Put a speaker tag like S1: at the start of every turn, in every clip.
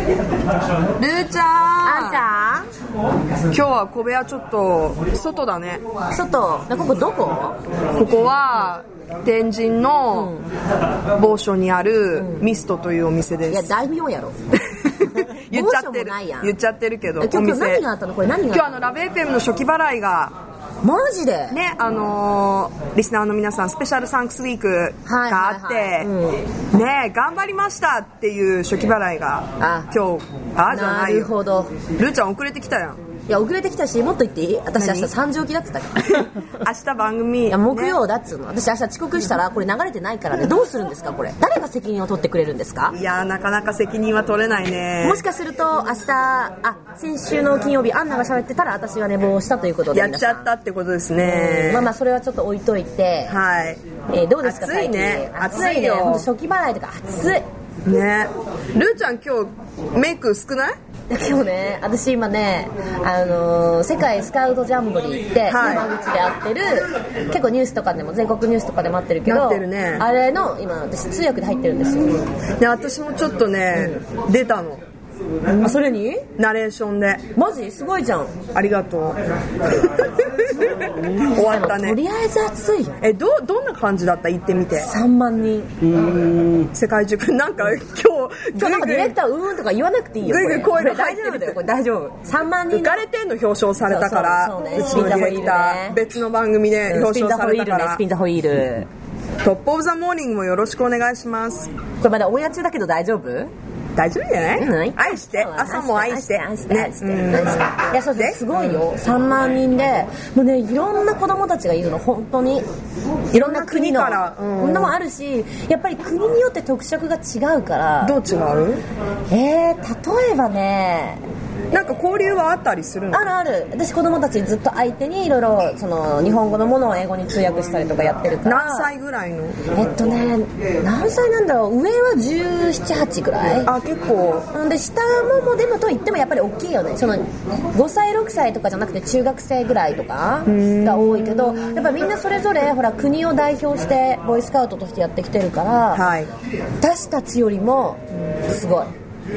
S1: ルーちゃん
S2: あーちゃん
S1: 今日は小部屋ちょっと外だね
S2: 外ねここどこ
S1: ここは天神の某所にあるミストというお店
S2: い
S1: で
S2: や
S1: す
S2: 大名やろ
S1: 言っちゃって
S2: 某所も
S1: る
S2: ないやん
S1: 言っちゃってるけど
S2: え
S1: お
S2: 今日今日
S1: 店
S2: 何があったのこれ何
S1: 今日
S2: が
S1: あのラブ FM の初期払いが
S2: マジで、
S1: ねあのーリスナーの皆さんスペシャルサンクスウィーク
S2: はい
S1: があって、
S2: はいはい
S1: ね頑張りましたっていう初期払いが
S2: あ
S1: 今日あじゃ
S2: な
S1: ないよ
S2: るほど
S1: ルーちゃん遅れてきたやん
S2: いや遅れてきたしもっと言っていい私明日
S1: 何
S2: 3時起きだっつったから
S1: 明日番組
S2: いや木
S1: ね
S2: 曜だっつうの私明日遅刻したらこれ流れてないからねどうするんですかこれ誰が責任を取ってくれるんですか
S1: いやーなかなか責任は取れないね
S2: もしかすると明日あ先週の金曜日アンナが喋ってたら私が寝坊したということで
S1: やっちゃったってことですね
S2: 皆さんまあまあそれはちょっと置いといて、
S1: はい
S2: えーどうですか
S1: 暑いね
S2: 最近暑
S1: 暑
S2: いね
S1: いよ
S2: ほんと初期払いとか暑い
S1: ねルーちゃん今日メイク少ない
S2: 今日ね私今ね、あのー世界スカウトジャンボリーって
S1: はい
S2: 山口でやってる結構ニュースとかでも全国ニュースとかでもあってるけ
S1: なっ
S2: ど
S1: てるね
S2: あれの今私通訳で入ってるんですよ、
S1: ね私もちょっとね出たの
S2: あそれに
S1: ナレーションで
S2: マジすごいじゃん
S1: ありがとう終わった
S2: とり
S1: ね
S2: あえず暑いよ
S1: えどうどんな感じだった行ってみて
S2: 3万人
S1: 世界中なんか今日
S2: 今日なん
S1: ぐ
S2: か
S1: いぐ
S2: ディ
S1: い
S2: レクターうーんとか言わなくていいよこれ
S1: ぐいぐい声が
S2: これ大丈夫だよこれ大丈夫3万人
S1: 浮
S2: の
S1: かれてんの表彰されたから
S2: そううそうそうね
S1: ちのディレクタ
S2: スピンザホイールね
S1: ー別の番組で
S2: うん
S1: 表
S2: スピン
S1: 彰
S2: ザ
S1: さ
S2: ホイ
S1: れた
S2: ール
S1: か
S2: ね
S1: ら
S2: スピンザホイール
S1: トップオブザモーニングもよろしくお願いします
S2: これまだオンエア中だけど大丈夫
S1: 大丈夫じゃない、
S2: うん
S1: 愛して朝も愛して
S2: 愛して、
S1: ね
S2: 愛して、
S1: うん
S2: 愛していやそうそう
S1: です
S2: ごいよ3万人でもうねいろんな子供たちがいるの本当にいろんな国の
S1: いろんな国からうん
S2: こんなもんあるしやっぱり国によって特色が違うから
S1: どう違う
S2: えー、例えばね
S1: なんか交流はあったりするの
S2: あるある私子供たちずっと相手にいろいろその日本語のものを英語に通訳したりとかやってるから
S1: 何歳ぐらいの
S2: えっとね何歳なんだろう上は1718ぐらい
S1: あ結構
S2: うんで下ももでもと言ってもやっぱり大きいよねその5歳6歳とかじゃなくて中学生ぐらいとかが多いけどやっぱみんなそれぞれほら国を代表してボーイスカウトとしてやってきてるから、
S1: はい
S2: 私たちよりもすごい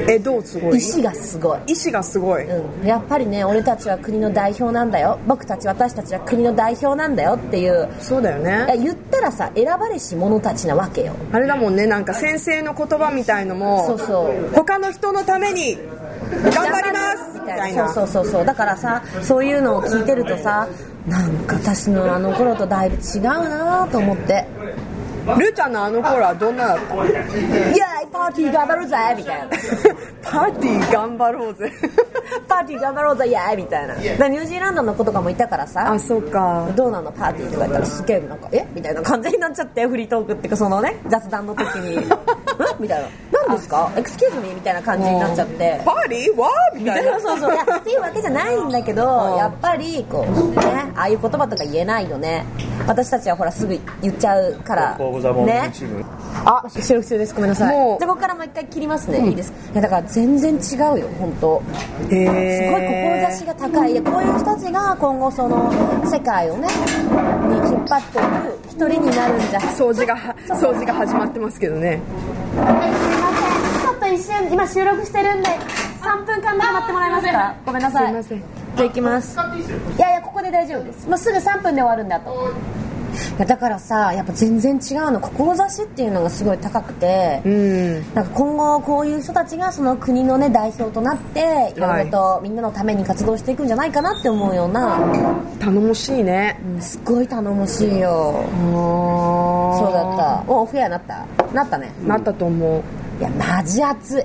S1: えどうすごい
S2: 意志がすごい、
S1: 意志がすごい、
S2: うん、やっぱりね俺たちは国の代表なんだよ僕たち私たちは国の代表なんだよっていう
S1: そうだよ
S2: いや
S1: ね
S2: 言ったらさ選ばれし者たちなわけよ
S1: あれだもんねなんか先生の言葉みたいのも
S2: そうそう
S1: 他の人のために頑張りますみたいな
S2: そうそうそうそうだからさそういうのを聞いてるとさなんか私のあの頃とだいぶ違うなと思って
S1: ルーちゃんのあの頃はどんなだった
S2: 「イエーイパーティー頑張ろうぜ!」みたいな
S1: パーティー頑張ろう ぜ
S2: 「パーティー頑張ろうぜイエーイ!」みたいなだからニュージーランドの子とかもいたからさ
S1: あそうか
S2: どうなのパーティーとか言ったらすげえなんか「えみたいな感じになっちゃってフリートークっていうかそのね雑談の時 に「えみたいな「何ですかエクスキューズミー」みたいな感じになっちゃって
S1: パーティーわーみたいな
S2: そうそういやっていうわけじゃないんだけどやっぱりこうねああいう言葉とか言えないよね私たちはほらすぐ言っちゃうから
S3: 高校ザモン
S2: ね
S3: チーム、
S2: あ収録中ですごめんなさい
S1: もう
S2: じゃあここからもう一回切りますね、いいですいやだから全然違うよ本当
S1: へ
S2: すごい志が高いでこういう人たちが今後その世界をねに引っ張っていく一人になるんじゃ
S1: 掃除が 掃除が始まってますけどね
S4: すいませんちょっと一瞬今収録してるんで3分間だけ待ってもらえますか
S2: ごめんなさい
S1: すいません
S2: じゃあ行きますいやいやここで大丈夫ですもうすぐ3分で終わるんだといやだからさやっぱ全然違うの志っていうのがすごい高くて、
S1: うん
S2: なんか今後こういう人たちがその国のね代表となっていろいろとみんなのために活動していくんじゃないかなって思うような、
S1: 頼もしいね
S2: うんすごい頼もしいよ
S1: そ
S2: そうだったおオフェアなったなったね
S1: なったと思 う
S2: いやマジ熱い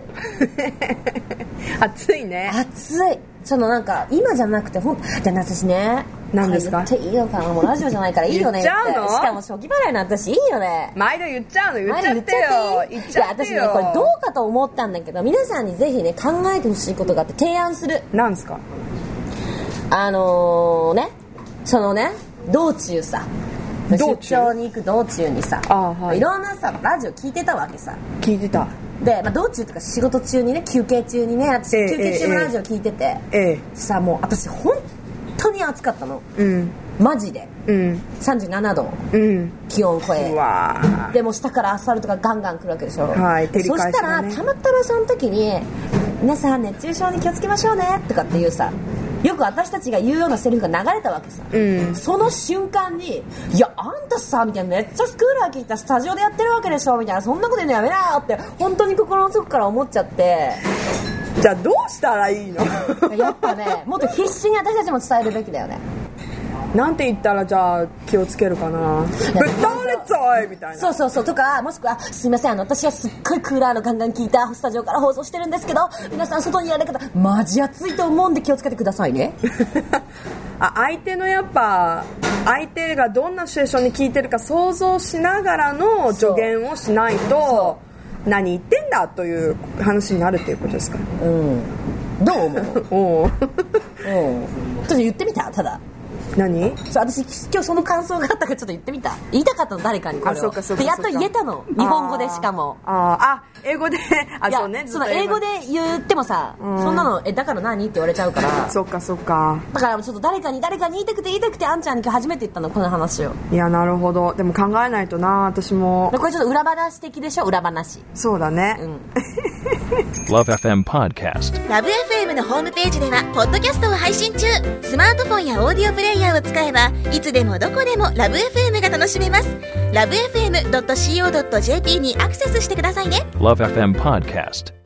S1: 暑いね
S2: 暑いそのなんか今じゃなくてほんで私ね
S1: 何ですか
S2: これ言っていいのかなもうラジオじゃないからいいよね
S1: 言っちゃうの
S2: 言ってしかも初期払いの私いいよね
S1: 毎度言っちゃうの言っちゃってよ
S2: 前に
S1: 言
S2: 言
S1: っ
S2: っ
S1: ち
S2: ち
S1: ゃ
S2: ゃ
S1: っ
S2: って
S1: て
S2: いい
S1: よ
S2: や私ねこれどうかと思ったんだけど皆さんにぜひね考えてほしいことがあって提案する
S1: なんすか
S2: あのねそのね道中さ
S1: 道中
S2: 出張に行く道中にさ
S1: あはい
S2: ろんなさラジオ聞いてたわけさ
S1: 聞いてた
S2: で、まあ、道中とか仕事中にね休憩中にね私
S1: ええ
S2: 休憩中の
S1: ええ
S2: ラジオ聞いてて、
S1: ええ
S2: さもう私本当に暑かったの
S1: うん
S2: マジで
S1: うん
S2: 37度
S1: うん
S2: 気温超え
S1: うわー
S2: でも下からアスファルトがガンガン来るわけでしょ、
S1: はい照り
S2: そ
S1: 返しがね
S2: したらたまたまその時に「皆さん熱中症に気をつけましょうね」とかっていうさよく私たちが言うようなセリフが流れたわけさ、
S1: うん
S2: その瞬間に「いやあんたさ」みたいなめっちゃスクール開けたスタジオでやってるわけでしょみたいなそんなこと言うのやめなよって本当に心の底から思っちゃって
S1: じゃあどうしたらいいの
S2: やっぱねもっと必死に私たちも伝えるべきだよね
S1: なんて言ったらじゃあ気をつけるかなぶっ倒れちゃえみたいな
S2: そうそうそうとかもしくはすいませんあの私はすっごいクーラーのガンガン効いたスタジオから放送してるんですけど皆さん外にいられる方マジ暑いと思うんで気をつけてくださいね
S1: あ相手のやっぱ相手がどんなシチュエーションに聞いてるか想像しながらの助言をしないと何言ってんだという話になるっていうことですか
S2: うんどう思ううんち
S1: おお
S2: ょっと言ってみたただ
S1: 何
S2: そう私今日その感想があったからちょっと言ってみた言いたかったの誰かにこれを
S1: あそうかそうか
S2: でやっ
S1: そ
S2: と
S1: うか
S2: 言えたの日本語でしかも
S1: あーあ英語であ
S2: いや
S1: そうねずっ
S2: の
S1: と
S2: 英語で言ってもさそんなのえだから何って言われちゃうから
S1: そっかそっか
S2: だからちょっと誰かに誰かに言いたくて言いたくてあんちゃんに今日初めて言ったのこの話を
S1: いやなるほどでも考えないとな私も
S2: でこれちょっと裏話的でしょ裏話
S1: そうだね、
S2: うん
S3: Love FM Podcast.
S5: ラブ f m のホームページではポッドキャストを配信中スマートフォンやオーディオプレイヤーを使えばいつでもどこでもラブ f m が楽しめますラブ FM.co.jp にアクセスしてくださいね
S3: Love FM Podcast.